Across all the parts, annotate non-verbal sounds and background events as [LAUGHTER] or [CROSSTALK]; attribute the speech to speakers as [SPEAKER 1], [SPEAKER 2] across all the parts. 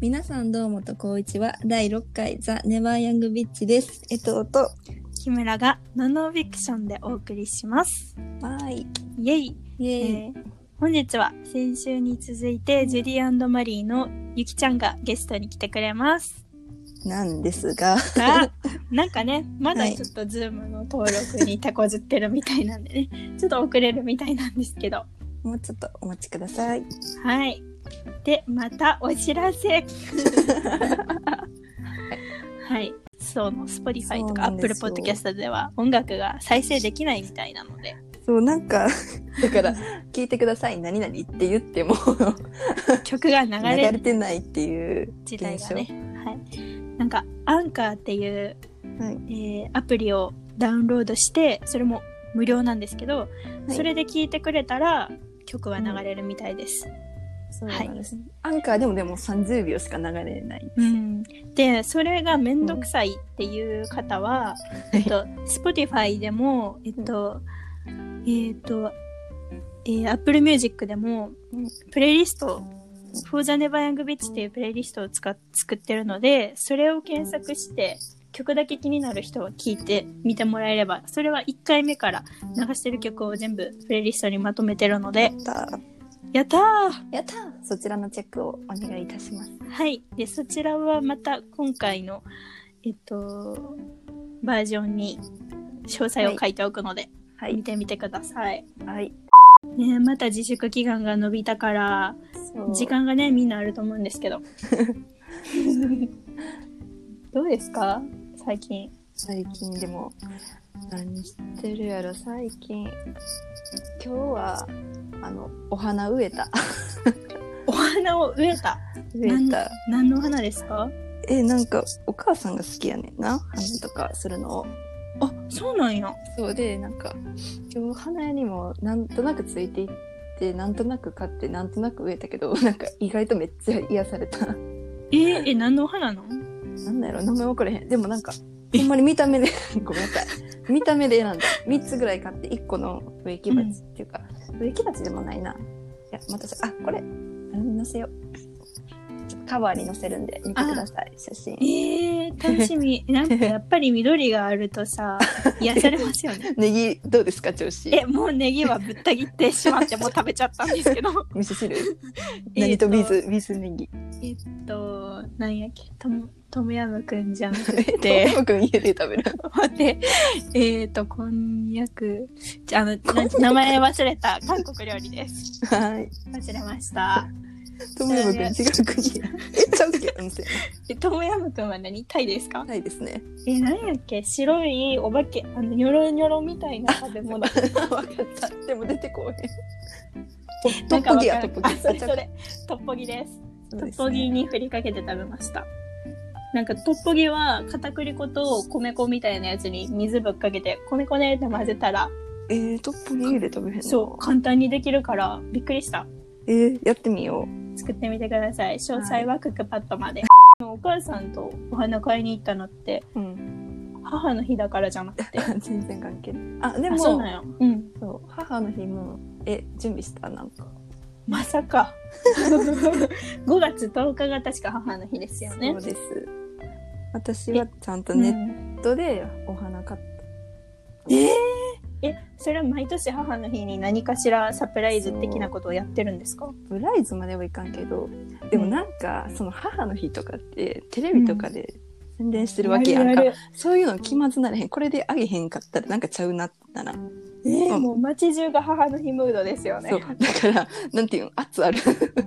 [SPEAKER 1] 皆さんどうもとこういちは第6回ザ・ネバーヤングビッチです。えっと、と、は
[SPEAKER 2] 木村がノンノンフィクションでお送りします。
[SPEAKER 1] ーい。
[SPEAKER 2] イエイ、
[SPEAKER 1] イ
[SPEAKER 2] え
[SPEAKER 1] エーイ。
[SPEAKER 2] ー本日は先週に続いてジュリーマリーのゆきちゃんがゲストに来てく
[SPEAKER 1] [LAUGHS]
[SPEAKER 2] れます。
[SPEAKER 1] なんですが、 [LAUGHS]
[SPEAKER 2] が、なんかね、まだ
[SPEAKER 1] はい
[SPEAKER 2] ちょっとズームの登録に手こずってるみたいなんでね、ちょっと遅れるみたいなんですけど。
[SPEAKER 1] もうちょっとお待ちください。
[SPEAKER 2] はい。で、またお知ら
[SPEAKER 1] [LAUGHS]
[SPEAKER 2] せ。はい。そうの Spotify とか
[SPEAKER 1] そうなんで
[SPEAKER 2] Apple
[SPEAKER 1] すよ
[SPEAKER 2] Podcast では音楽が再生できないみたいなので、
[SPEAKER 1] そう、なんか、 [LAUGHS] だから、聞いてください、何々って言っても、
[SPEAKER 2] 曲が流
[SPEAKER 1] 流
[SPEAKER 2] れる
[SPEAKER 1] れてないっていう
[SPEAKER 2] 時代
[SPEAKER 1] 現
[SPEAKER 2] が
[SPEAKER 1] 象。
[SPEAKER 2] ね、はい、なんかアンカーっていう、
[SPEAKER 1] はい
[SPEAKER 2] えーアプリをダウンロードしてそれも無料なんですけど、
[SPEAKER 1] い
[SPEAKER 2] それで聞いてくれたら曲は流れるみたいです。
[SPEAKER 1] そうなんですね。アンカーでもでも30秒しか流れないです。
[SPEAKER 2] うんでそれがめんどくさいっていう方は、
[SPEAKER 1] うん
[SPEAKER 2] えっと、Spotify でも、えっとえっとえー Apple Music でも
[SPEAKER 1] うん
[SPEAKER 2] プレイリスト「For the Never Young Beach」っていうプレイリストを使っ作ってるのでそれを検索して曲だけ気になる人は聴いてみてもらえればそれは1回目から流してる曲を全部プレイリストにまとめてるので
[SPEAKER 1] やった
[SPEAKER 2] やったー
[SPEAKER 1] ーやったーそちらのチェックをお願いいたします。
[SPEAKER 2] はい。で、そちらはまた今回の、えっと、バージョンに詳細を書いておくので、
[SPEAKER 1] は
[SPEAKER 2] 見
[SPEAKER 1] い。
[SPEAKER 2] てみてください。
[SPEAKER 1] はい。
[SPEAKER 2] ねえまた自粛期間が延びたから、
[SPEAKER 1] そう
[SPEAKER 2] 時間がね、みんなあると思うんですけど。 [LAUGHS] どうですか最近。
[SPEAKER 1] 最近でも何してるやろ最近今日はあのお花植えた
[SPEAKER 2] お花を植えた。
[SPEAKER 1] 植えた
[SPEAKER 2] 何の花ですか
[SPEAKER 1] えなんかお母さんが好きやねんな花とかするのを
[SPEAKER 2] あ、そうなんや。
[SPEAKER 1] そうでなんか今日花屋にもなんとなくついていってなんとなく買ってなんとなく植えたけどなんか意外とめっちゃ癒された
[SPEAKER 2] えーえ、何の花なの
[SPEAKER 1] なんだやろ名前分からへんでもなんかほんまに見た目で [LAUGHS] ごめんなさい見た目で選んだ3つぐらい買って1個の植木鉢っていうか、植木鉢でもないないやまたあこれあの載せようちょっとカバーに載せるんで見てください写真
[SPEAKER 2] えー、楽し [LAUGHS] み。なんかやっぱり緑があるとさ、癒されますよね。
[SPEAKER 1] ネギどうですか調子
[SPEAKER 2] えもうネギはぶった切ってしま
[SPEAKER 1] [LAUGHS]
[SPEAKER 2] ってもう食べちゃったんですけど
[SPEAKER 1] 味噌 [LAUGHS] 汁
[SPEAKER 2] え
[SPEAKER 1] 何
[SPEAKER 2] ーと
[SPEAKER 1] とビーズ、ビーズネギ
[SPEAKER 2] えっとなんやっけトムトムヤムくんじゃん
[SPEAKER 1] え [LAUGHS] っと僕家で食べる
[SPEAKER 2] 待ってえっ、とこんにゃくじゃああの
[SPEAKER 1] こんにゃ
[SPEAKER 2] な
[SPEAKER 1] く
[SPEAKER 2] 名前忘れた韓国料理です
[SPEAKER 1] はい
[SPEAKER 2] 忘れました
[SPEAKER 1] ともやまくん違う国やえちゃうけど
[SPEAKER 2] えトムヤムくんは何タイですか
[SPEAKER 1] ないですね
[SPEAKER 2] えなんやっけ白いお化けあのニョロニョロみたいな食べ物
[SPEAKER 1] 分かったでも出てこへ [LAUGHS] んト
[SPEAKER 2] なん
[SPEAKER 1] ッ
[SPEAKER 2] か
[SPEAKER 1] ポ
[SPEAKER 2] わ
[SPEAKER 1] ギ
[SPEAKER 2] か
[SPEAKER 1] や
[SPEAKER 2] る
[SPEAKER 1] トッポギ
[SPEAKER 2] あそれそれトッポギです
[SPEAKER 1] そう
[SPEAKER 2] ト
[SPEAKER 1] で
[SPEAKER 2] ッ
[SPEAKER 1] すね
[SPEAKER 2] ポギにふりかけて食べました。なんかトッポギは片栗粉と米粉みたいなやつに水ぶっかけて米粉ねって混ぜたら
[SPEAKER 1] えー、トッポギ家で食べへんの
[SPEAKER 2] そう簡単にできるからびっくりした
[SPEAKER 1] えー、やってみよ
[SPEAKER 2] 作ってみてください詳細はクックパッドまで、お母さんとお花買いに行ったのって
[SPEAKER 1] う。うん。
[SPEAKER 2] 母の日だからじゃなくて
[SPEAKER 1] [LAUGHS] 全然関係ない。あ、で
[SPEAKER 2] あ
[SPEAKER 1] も、
[SPEAKER 2] そうなんよ、うん、
[SPEAKER 1] そう母の日も、え、準備したなんか。
[SPEAKER 2] まさか [LAUGHS] 5月10日が確か母の日ですよね
[SPEAKER 1] そうです。私はちゃんとネットでお花買った。え
[SPEAKER 2] えそれは毎年母の日に何かしらサプライズ的なことをやってるんですか
[SPEAKER 1] ブライズまではいかんけど、でもなんか、その母の日とかって、テレビとかで宣伝してるわけやんか。
[SPEAKER 2] やるやる
[SPEAKER 1] そういうの気まずなれへん。これであげへんかったらなんかちゃうなってなら。
[SPEAKER 2] え
[SPEAKER 1] う
[SPEAKER 2] ー、
[SPEAKER 1] ん
[SPEAKER 2] もう街中が母の日ムードですよね
[SPEAKER 1] そう。。だから、なんていうの、圧ある。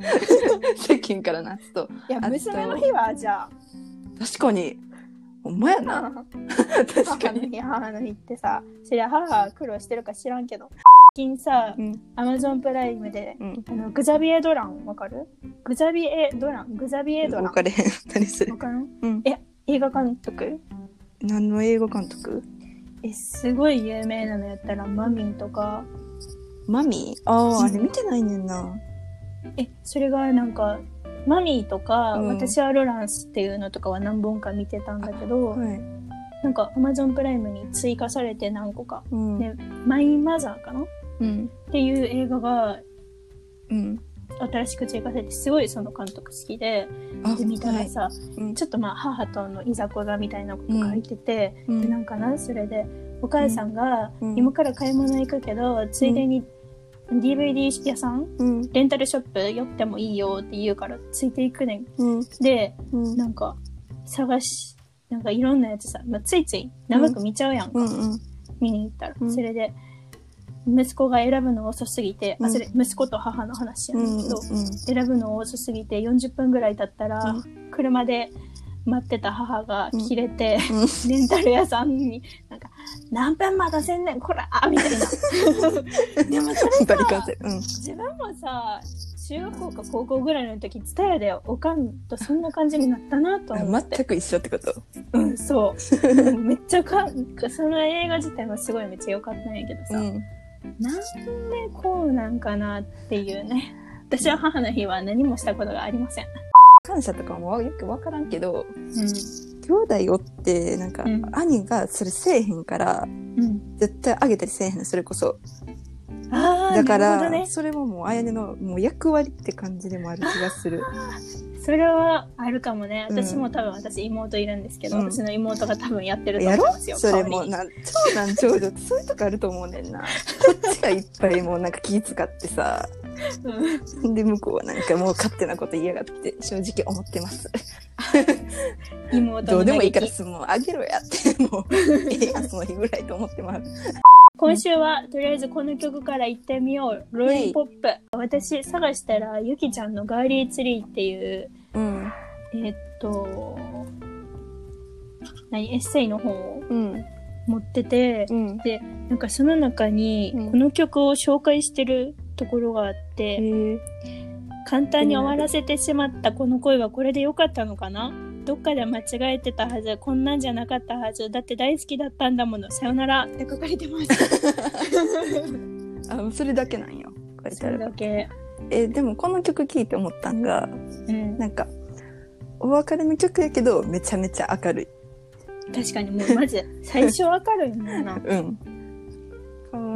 [SPEAKER 1] [LAUGHS] 世間からの圧と。
[SPEAKER 2] いや、
[SPEAKER 1] あと
[SPEAKER 2] 娘の日はじゃあ、
[SPEAKER 1] 確かに、ほんまやな。
[SPEAKER 2] 母
[SPEAKER 1] 確か
[SPEAKER 2] の
[SPEAKER 1] に。
[SPEAKER 2] 日、母の日ってさ、そりゃ母は苦労してるか知らんけど、最近さ、
[SPEAKER 1] うん。
[SPEAKER 2] アマゾンプライムで、
[SPEAKER 1] うん。
[SPEAKER 2] あのグザビエドラン、わかるグザビエドラン、グザビエドラン。
[SPEAKER 1] 分かれへん。何それ
[SPEAKER 2] わ。かる
[SPEAKER 1] うん。
[SPEAKER 2] 映画監督
[SPEAKER 1] 何の映画監督
[SPEAKER 2] え、すごい有名なのやったら、マミンとか、
[SPEAKER 1] マミーあ
[SPEAKER 2] うん
[SPEAKER 1] あ、あれ見てないねんな。
[SPEAKER 2] え、それがなんか、マミーとか、
[SPEAKER 1] うん
[SPEAKER 2] 私はロランスっていうのとかは何本か見てたんだけど、
[SPEAKER 1] はい。
[SPEAKER 2] なんか Amazon プライムに追加されて何個か
[SPEAKER 1] うん。
[SPEAKER 2] ねマイマザーかなっ
[SPEAKER 1] うん。
[SPEAKER 2] ていう映画が
[SPEAKER 1] うん。
[SPEAKER 2] 新しく追加されてすごいその監督好きで
[SPEAKER 1] あ
[SPEAKER 2] で見たら、さ、
[SPEAKER 1] うん
[SPEAKER 2] ちょっとまあ母とのいざこざみたいなこと書いてて、
[SPEAKER 1] うん
[SPEAKER 2] でなんかなそれでお母さんが、
[SPEAKER 1] うん
[SPEAKER 2] 今から買い物行くけどついでに DVD 屋さん
[SPEAKER 1] うん
[SPEAKER 2] レンタルショップ寄ってもいいよって言うからついていくねん
[SPEAKER 1] うん
[SPEAKER 2] で
[SPEAKER 1] うん
[SPEAKER 2] なんか探しなんかいろんなやつさ、まあ、ついつい長く見ちゃうやんか、
[SPEAKER 1] うんうん
[SPEAKER 2] 見に行ったら、
[SPEAKER 1] うん
[SPEAKER 2] それで息子が選ぶの遅すぎて、
[SPEAKER 1] う
[SPEAKER 2] あ
[SPEAKER 1] ん
[SPEAKER 2] それ息子と母の話や
[SPEAKER 1] うんん
[SPEAKER 2] だけど、
[SPEAKER 1] うん
[SPEAKER 2] 選ぶの遅すぎて40分ぐらい経ったら、
[SPEAKER 1] う
[SPEAKER 2] 車で待ってた母が
[SPEAKER 1] うん
[SPEAKER 2] 切れて、
[SPEAKER 1] うん
[SPEAKER 2] [LAUGHS] レンタル屋さんになんか「何分待たせんねんこら!」みたいなでもそれ
[SPEAKER 1] バリ
[SPEAKER 2] さ
[SPEAKER 1] カンセルうん
[SPEAKER 2] 自分もさ中学校か高校ぐらいの時蔦屋でおかんとそんな感じになったなと思
[SPEAKER 1] あ
[SPEAKER 2] って
[SPEAKER 1] 全く一緒ってこと
[SPEAKER 2] うんそう
[SPEAKER 1] [LAUGHS]
[SPEAKER 2] もうめっちゃかその映画自体もすごいめっちゃ良かったんやけどさ、
[SPEAKER 1] うん
[SPEAKER 2] なんでこうなんかなっていう
[SPEAKER 1] [LAUGHS]
[SPEAKER 2] ね私は母の日は何もしたことがありません、
[SPEAKER 1] 感謝とかもよく分からんけど
[SPEAKER 2] う
[SPEAKER 1] 兄弟おってなんか、
[SPEAKER 2] うん
[SPEAKER 1] 兄がそれせえへんから
[SPEAKER 2] んうん、
[SPEAKER 1] 絶対あげたりせえへんのそれこそ
[SPEAKER 2] ああ
[SPEAKER 1] だか
[SPEAKER 2] な
[SPEAKER 1] ら、
[SPEAKER 2] るほどね
[SPEAKER 1] それももうあやねのもう役割って感じでもある気がする
[SPEAKER 2] それはあるかもね
[SPEAKER 1] うん
[SPEAKER 2] 私も多分私妹いるんですけど、
[SPEAKER 1] うん
[SPEAKER 2] 私の妹が多分やってると
[SPEAKER 1] や
[SPEAKER 2] 思
[SPEAKER 1] ろ
[SPEAKER 2] うんですよ
[SPEAKER 1] それ
[SPEAKER 2] 代わ
[SPEAKER 1] も
[SPEAKER 2] りに
[SPEAKER 1] な長男長女ってそういうとこあると思うねんなこっちがいっぱいもうなんか気使ってさ
[SPEAKER 2] うん
[SPEAKER 1] で向こうはなんかもう勝手なこと言いやがって正直思ってます
[SPEAKER 2] 妹
[SPEAKER 1] ど
[SPEAKER 2] の
[SPEAKER 1] うで
[SPEAKER 2] 嘆
[SPEAKER 1] も
[SPEAKER 2] き
[SPEAKER 1] いいからすもうあげろやっても
[SPEAKER 2] [LAUGHS]
[SPEAKER 1] うええやんその日ぐらいと思ってます
[SPEAKER 2] 今週はとりあえずこの曲から行ってみよう「ロリポップ」私探したらゆきちゃんの「ガーリーツリー」っていう
[SPEAKER 1] うん
[SPEAKER 2] えーっと何エッセイの本を
[SPEAKER 1] うん
[SPEAKER 2] 持ってて
[SPEAKER 1] うん
[SPEAKER 2] なんかその中に
[SPEAKER 1] うん
[SPEAKER 2] この曲を紹介してるところがあっ
[SPEAKER 1] え
[SPEAKER 2] て、簡単に終わらせてしまったこの恋はこれで良かったのかなどっかで間違えてたはずこんなんじゃなかったはずだって大好きだったんだものさよならって書かれてます
[SPEAKER 1] [LAUGHS] あそれだけなんよ書い
[SPEAKER 2] そ
[SPEAKER 1] てあ
[SPEAKER 2] れ
[SPEAKER 1] る
[SPEAKER 2] だけ、
[SPEAKER 1] えでもこの曲聴いて思ったんが、
[SPEAKER 2] うん、
[SPEAKER 1] なんかお別れの曲やけどめちゃめちゃ明るい
[SPEAKER 2] 確かにもうまず最初わかるんだな
[SPEAKER 1] うん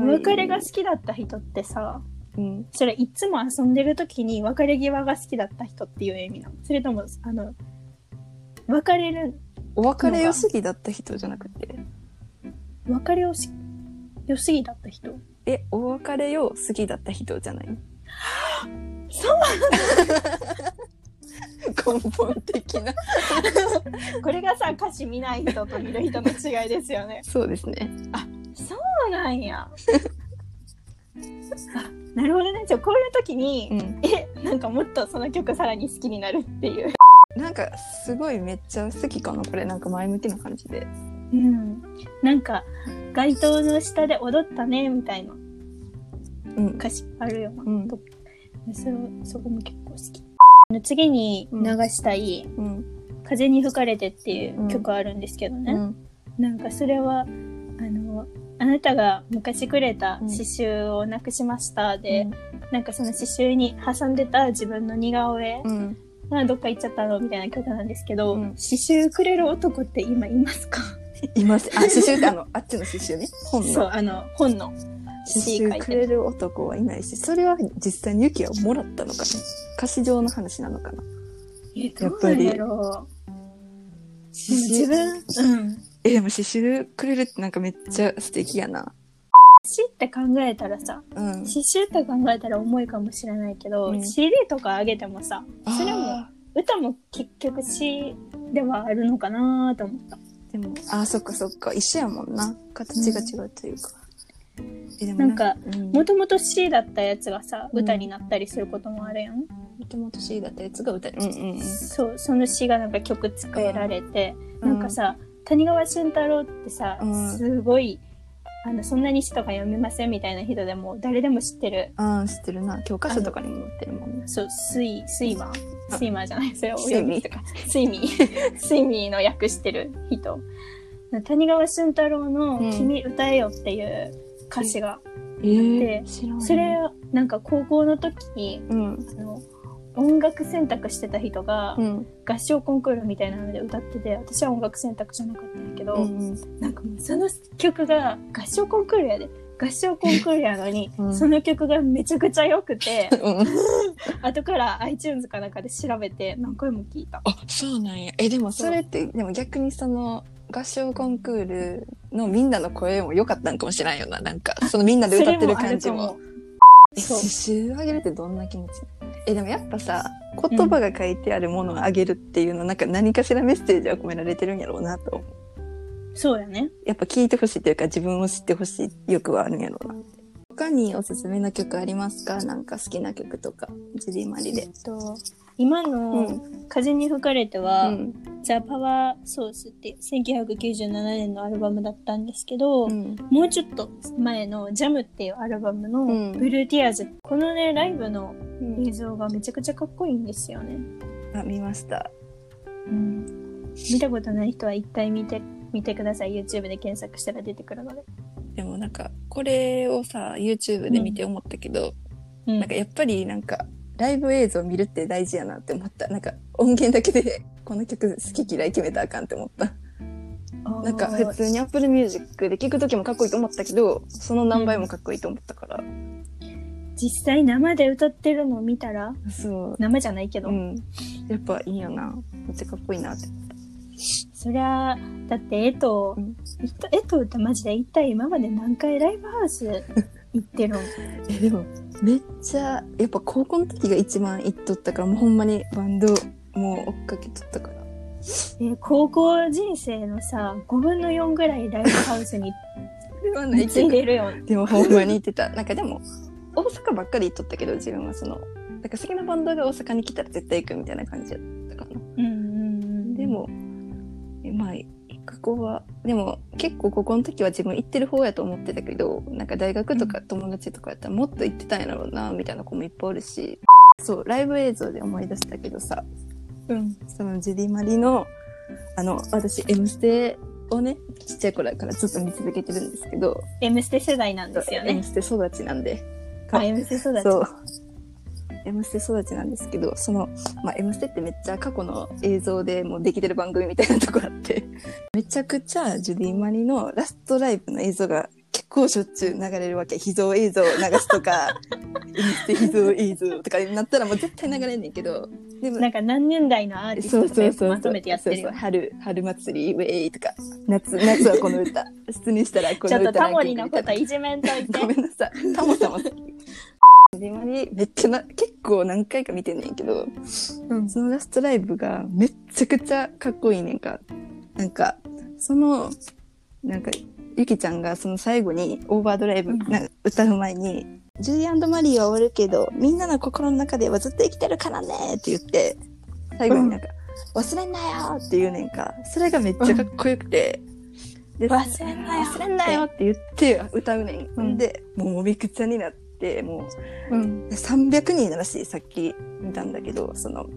[SPEAKER 2] お [LAUGHS] 別れが好きだった人ってさ
[SPEAKER 1] うん
[SPEAKER 2] それいつも遊んでる時に別れ際が好きだった人っていう意味なのそれともあの別れる
[SPEAKER 1] お別れ良すぎだった人じゃなくて
[SPEAKER 2] 別れをし良すぎだった人
[SPEAKER 1] えお別れよ好きだった人じゃない
[SPEAKER 2] そう
[SPEAKER 1] 根本的
[SPEAKER 2] [LAUGHS]
[SPEAKER 1] な
[SPEAKER 2] これがさ歌詞見ない人と見る人の違いですよね
[SPEAKER 1] そうですね
[SPEAKER 2] そうなんや。あなるほどね。じゃあこういう時に、
[SPEAKER 1] うん
[SPEAKER 2] え、なんかもっとその曲さらに好きになるっていう。
[SPEAKER 1] なんかすごいめっちゃ好きかなこれなんか前向きな感じで
[SPEAKER 2] うん。なんか、街灯の下で踊ったね、みたいな
[SPEAKER 1] うん
[SPEAKER 2] 歌詞あるよな。
[SPEAKER 1] うん
[SPEAKER 2] それそこも結構好き。次に流したい、
[SPEAKER 1] うん
[SPEAKER 2] 風に吹かれてっていう曲あるんですけどね。
[SPEAKER 1] うん
[SPEAKER 2] なんかそれは、あの、あなたが昔くれた刺繍をなくしましたで、なんかその刺繍に挟んでた自分の似顔絵
[SPEAKER 1] うん
[SPEAKER 2] がどっか行っちゃったのみたいな曲なんですけど、
[SPEAKER 1] うん
[SPEAKER 2] 刺繍くれる男って今いますか
[SPEAKER 1] いますあ刺繍ってあのあっちの刺繍ね本の
[SPEAKER 2] そう、あの、本の
[SPEAKER 1] 刺
[SPEAKER 2] 詩書い
[SPEAKER 1] 繍く
[SPEAKER 2] てる。
[SPEAKER 1] れる男はいないしそれは実際にユキはもらったのかな歌詞上の話なのかな
[SPEAKER 2] え、
[SPEAKER 1] や
[SPEAKER 2] ど
[SPEAKER 1] っ
[SPEAKER 2] う
[SPEAKER 1] ぱ
[SPEAKER 2] な
[SPEAKER 1] り
[SPEAKER 2] んだろう。
[SPEAKER 1] 刺繍
[SPEAKER 2] でも自分、うん。
[SPEAKER 1] えでも刺繍くれるってなんかめっちゃ素敵やな
[SPEAKER 2] 詩って考えたらさ、
[SPEAKER 1] うん
[SPEAKER 2] 刺繍って考えたら重いかもしれないけど、
[SPEAKER 1] うん
[SPEAKER 2] CD とかあげてもさ、それも
[SPEAKER 1] あ
[SPEAKER 2] 歌も結局詩ではあるのかなと思った。
[SPEAKER 1] ーでもあーそっかそっか一緒やもんな形が違うというか、えでも
[SPEAKER 2] なん
[SPEAKER 1] か、うん、
[SPEAKER 2] も
[SPEAKER 1] も
[SPEAKER 2] ともと詩だったやつがさ、
[SPEAKER 1] うん
[SPEAKER 2] 歌になったりすることもあるやん。
[SPEAKER 1] ともと C だったやつが歌うんうん
[SPEAKER 2] そうその詩がなんか曲作られて、
[SPEAKER 1] うん
[SPEAKER 2] なんかさ谷川俊太郎ってさ、
[SPEAKER 1] うん
[SPEAKER 2] すごいあのそんなに詩とか読みませんみたいな人でも誰でも知ってる
[SPEAKER 1] あー知ってるな教科書とかにも載ってるもんね
[SPEAKER 2] そうスイスイマー
[SPEAKER 1] あ
[SPEAKER 2] スイマーじゃないそれを
[SPEAKER 1] 睡眠とか
[SPEAKER 2] スイミ
[SPEAKER 1] [LAUGHS]
[SPEAKER 2] ースイミーの訳してる人谷川俊太郎の
[SPEAKER 1] うん
[SPEAKER 2] 「君歌えよ」っていう歌詞が、
[SPEAKER 1] えー、知らん
[SPEAKER 2] それをなんか高校の時に
[SPEAKER 1] うん
[SPEAKER 2] あの音楽選択してた人が、
[SPEAKER 1] うん
[SPEAKER 2] 合唱コンクールみたいなので歌ってて私は音楽選択じゃなかったんやけど、
[SPEAKER 1] うんうん
[SPEAKER 2] なんかもうその曲が合唱コンクールやで合唱コンクールやのに、
[SPEAKER 1] [LAUGHS] うん
[SPEAKER 2] その曲がめちゃくちゃ良
[SPEAKER 1] [LAUGHS]
[SPEAKER 2] くて
[SPEAKER 1] うん。
[SPEAKER 2] 後から iTunes かなんかで調べて何回も聞いた
[SPEAKER 1] あ、そうなんや。え、でもそれって、でも逆にその、合唱コンクールのみんなの声も良かったんかもしれないよな。なんか、そのみんなで歌ってる感じも。え、
[SPEAKER 2] そ
[SPEAKER 1] 刺
[SPEAKER 2] う
[SPEAKER 1] 繍あげるってどんな気持ちえ、でもやっぱさ、言葉が書いてあるものをあげるっていうの、なんか何かしらメッセージは込められてるんやろうなと。
[SPEAKER 2] そうやね
[SPEAKER 1] やっぱ聞いてほしいというか、自分を知ってほしい欲はあるんやろうな。他におすすめの曲ありますかなんか好きな曲とか、ジュディマリ
[SPEAKER 2] え
[SPEAKER 1] で。
[SPEAKER 2] っと今の
[SPEAKER 1] ん。
[SPEAKER 2] 「風に吹かれて
[SPEAKER 1] う
[SPEAKER 2] は」
[SPEAKER 1] ん。
[SPEAKER 2] ザ・パワーソースって1997年のアルバムだったんですけど、
[SPEAKER 1] うん。
[SPEAKER 2] もうちょっと前の「ジャムっていうアルバムの
[SPEAKER 1] うん
[SPEAKER 2] 「ブルーティアーズ、このねライブの
[SPEAKER 1] うん
[SPEAKER 2] 映像がめちゃくちゃかっこいいんですよね、
[SPEAKER 1] あ、見ました。
[SPEAKER 2] 見たことない人は一回見て見てください YouTube で検索したら出てくるので、
[SPEAKER 1] でもなんか、これをさ、YouTube で見て思ったけど、
[SPEAKER 2] うん
[SPEAKER 1] なんかやっぱりなんか、ライブ映像見るって大事やなって思った。なんか、音源だけで、 [LAUGHS] この曲好き嫌い決めたらあかんって思った。なんか、普通に Apple Music で聴くときもかっこいいと思ったけど、その何倍もかっこいいと思ったから。
[SPEAKER 2] 実際生で歌ってるのを見たら
[SPEAKER 1] そう。
[SPEAKER 2] 生じゃないけど、
[SPEAKER 1] うん。やっぱいいよな。めっちゃかっこいいなって。
[SPEAKER 2] そりゃだって絵と
[SPEAKER 1] うん
[SPEAKER 2] 絵とってマジで一体今まで何回ライブハ
[SPEAKER 1] [LAUGHS]
[SPEAKER 2] ウス行ってるの
[SPEAKER 1] え、でも、めっちゃ、やっぱ高校の時が一番行っとったから、もうほんまにバンド、もう追っかけとったから。
[SPEAKER 2] え高校人生のさ5分の4ぐらいライブハウスに
[SPEAKER 1] それはないけ
[SPEAKER 2] つい
[SPEAKER 1] ど。
[SPEAKER 2] でるよ
[SPEAKER 1] でもほんまに行って
[SPEAKER 2] [LAUGHS]
[SPEAKER 1] た。なんかでも、大阪ばっかり行っとったけど、自分はその、なんか好きなバンドが大阪に来たら絶対行くみたいな感じだったかな。
[SPEAKER 2] うんうんうん
[SPEAKER 1] でも、えまあ、行く子は、でも結構ここの時は自分行ってる方やと思ってたけど、なんか大学とか友達とかやったらもっと行ってたんやろうな、みたいな子もいっぱいおるし、そう、ライブ映像で思い出したけどさ、
[SPEAKER 2] うん
[SPEAKER 1] そのジュディマリの、あの、私、M ステをね、ちっちゃい頃からずっと見続けてるんですけど、
[SPEAKER 2] 「M ステ」世代なんですよ
[SPEAKER 1] M
[SPEAKER 2] ね。
[SPEAKER 1] ステ育ちなんで、
[SPEAKER 2] あ M ステ育ち
[SPEAKER 1] そう。M ステ育ちなんですけど、その、まあ、M ステってめっちゃ過去の映像でもうできてる番組みたいなとこあって、 [LAUGHS] めちゃくちゃジュディマリのラストライブの映像が結構しょっちゅう流れるわけ。秘蔵映像を流すと [LAUGHS] か、M ステ秘蔵映像とかになったらもう絶対流れんねんけど、でも
[SPEAKER 2] なんか何年代のアーティ
[SPEAKER 1] そう
[SPEAKER 2] ス
[SPEAKER 1] そう
[SPEAKER 2] ト
[SPEAKER 1] そ
[SPEAKER 2] を
[SPEAKER 1] う。
[SPEAKER 2] まとめてやってる
[SPEAKER 1] そう
[SPEAKER 2] よ
[SPEAKER 1] そう。春、春祭り、ウェイとか、 [LAUGHS] 夏、夏はこの歌、出にしたらこ
[SPEAKER 2] ちょ
[SPEAKER 1] の
[SPEAKER 2] っ
[SPEAKER 1] 歌
[SPEAKER 2] とタモリ
[SPEAKER 1] ラ
[SPEAKER 2] の
[SPEAKER 1] ンキングみたい
[SPEAKER 2] こ
[SPEAKER 1] な
[SPEAKER 2] といじめんといて
[SPEAKER 1] ごめんなさい。たまたま。でまにめっちゃな、結構何回か見てんねんけど、
[SPEAKER 2] うん
[SPEAKER 1] そのラストライブがめっちゃくちゃかっこいいねんか。なんか、その、なんか、ゆきちゃんがその最後にオーバードライブ、
[SPEAKER 2] うん
[SPEAKER 1] なんか歌う前に、ジュディマリーは終わるけど、みんなの心の中ではずっと生きてるからねって言って、最後になんか、忘れんなよって言うねんか。それがめっちゃかっこよくて、で
[SPEAKER 2] 忘れんなよ
[SPEAKER 1] 忘れんなよって言って歌うねん。ほん、で、もうもみくちゃになって、もう
[SPEAKER 2] うん、
[SPEAKER 1] 300人いたらしい、さっき見たんだけど、その、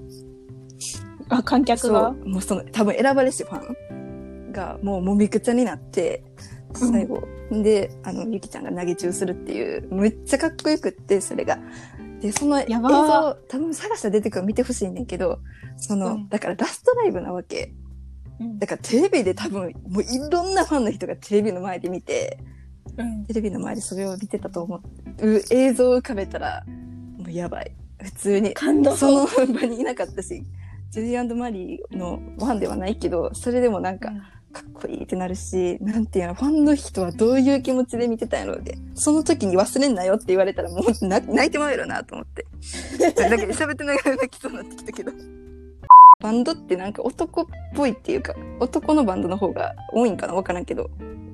[SPEAKER 2] あ観客
[SPEAKER 1] そ
[SPEAKER 2] が
[SPEAKER 1] うもうその多分選ばれしファンがもうもみくちゃになって
[SPEAKER 2] うん
[SPEAKER 1] 最後、であのゆきちゃんが投げ中するっていうめっちゃかっこよくってそれがでその映
[SPEAKER 2] やば
[SPEAKER 1] 像多分探したら出てくるの見てほしいねんけどその、
[SPEAKER 2] うん
[SPEAKER 1] だからラストライブなわけ
[SPEAKER 2] うん
[SPEAKER 1] だからテレビで多分もういろんなファンの人がテレビの前で見て
[SPEAKER 2] うん
[SPEAKER 1] テレビの前でそれを見てたと思う映像を浮かべたらもうやばい普通に
[SPEAKER 2] 感動
[SPEAKER 1] その場にいなかったし、ジュディマリーのファンではないけど、それでもなんか、かっこいいってなるし、なんていうの、ファンの人はどういう気持ちで見てたんやろうって、その時に忘れんなよって言われたらもうな泣いてまうやろなと思って。だけど喋ってながら泣きそうになってきたけど。バンドってなんか男っぽいっていうか、男のバンドの方が多いんかなわからんけど、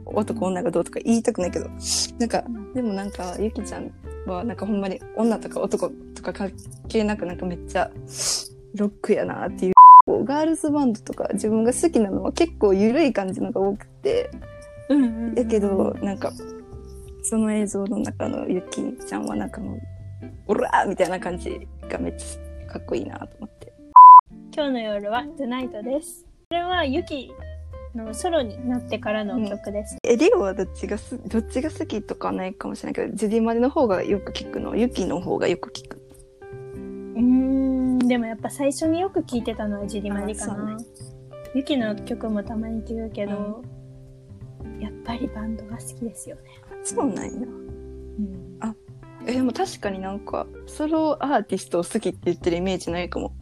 [SPEAKER 1] 男女がどうとか言いたくないけど、なんか、でもなんか、ゆきちゃんはなんかほんまに女とか男とか関係なくなんかめっちゃロックやなっていう。こうガールズバンドとか自分が好きなのは結構緩い感じのが多くて、
[SPEAKER 2] うんうんうん
[SPEAKER 1] やけど、なんか、その映像の中のゆきちゃんはなんかもう、オラーみたいな感じがめっちゃかっこいいなと思って。
[SPEAKER 2] 今日の夜は「トゥナイト」ですこれはユキのソロになってからの曲です、
[SPEAKER 1] え、リオはどっちがす、どっちが好きとかはないかもしれないけど、ジュディマリの方がよく聞くの、ゆきの方がよく聞く。
[SPEAKER 2] うんでもやっぱ最初によく聴いてたのはジュリマリか
[SPEAKER 1] あそう
[SPEAKER 2] な
[SPEAKER 1] ね
[SPEAKER 2] ユキの曲もたまに聴くけど、やっぱりバンドが好きですよね。
[SPEAKER 1] そうなんや。
[SPEAKER 2] うん、
[SPEAKER 1] えでも確かになんかソロアーティストを好きって言ってるイメージないかも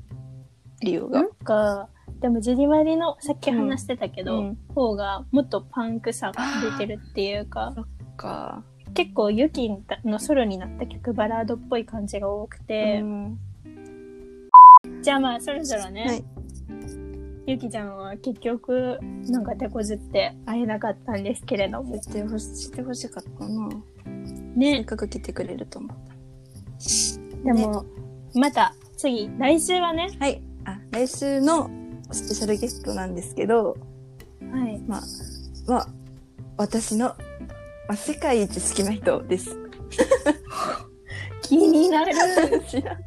[SPEAKER 1] リオ
[SPEAKER 2] な
[SPEAKER 1] が
[SPEAKER 2] んかでもジュディマリのさっき話してたけど、
[SPEAKER 1] うん
[SPEAKER 2] 方がもっとパンクさが出てるっていうか
[SPEAKER 1] か、
[SPEAKER 2] 結構ユキのソロになった曲バラードっぽい感じが多くて、
[SPEAKER 1] うん
[SPEAKER 2] じゃあまあそろそろね、
[SPEAKER 1] はい
[SPEAKER 2] ゆきちゃんは結局なんか手こずって会えなかったんですけれども
[SPEAKER 1] 絶対ほししてほしかったなせっ
[SPEAKER 2] ね
[SPEAKER 1] かく来てくれると思った
[SPEAKER 2] でもまた次来週はね
[SPEAKER 1] はいあ来週のスペシャルゲストなんですけど
[SPEAKER 2] はい
[SPEAKER 1] まあまあ私の、まあ、世界一好きな人です
[SPEAKER 2] 気になる
[SPEAKER 1] 知らん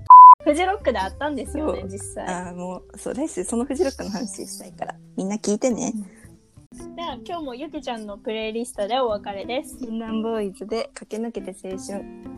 [SPEAKER 2] フジロックで会ったんですよね
[SPEAKER 1] そう
[SPEAKER 2] 実
[SPEAKER 1] [LAUGHS]
[SPEAKER 2] 際
[SPEAKER 1] あーもうそう来週そのフジロックの話したいからみんな聞いてね
[SPEAKER 2] じゃあ今日もゆきちゃんのプレイリストでお別れで
[SPEAKER 1] 「
[SPEAKER 2] す
[SPEAKER 1] 銀杏ボーイズ」で駆け抜けて青春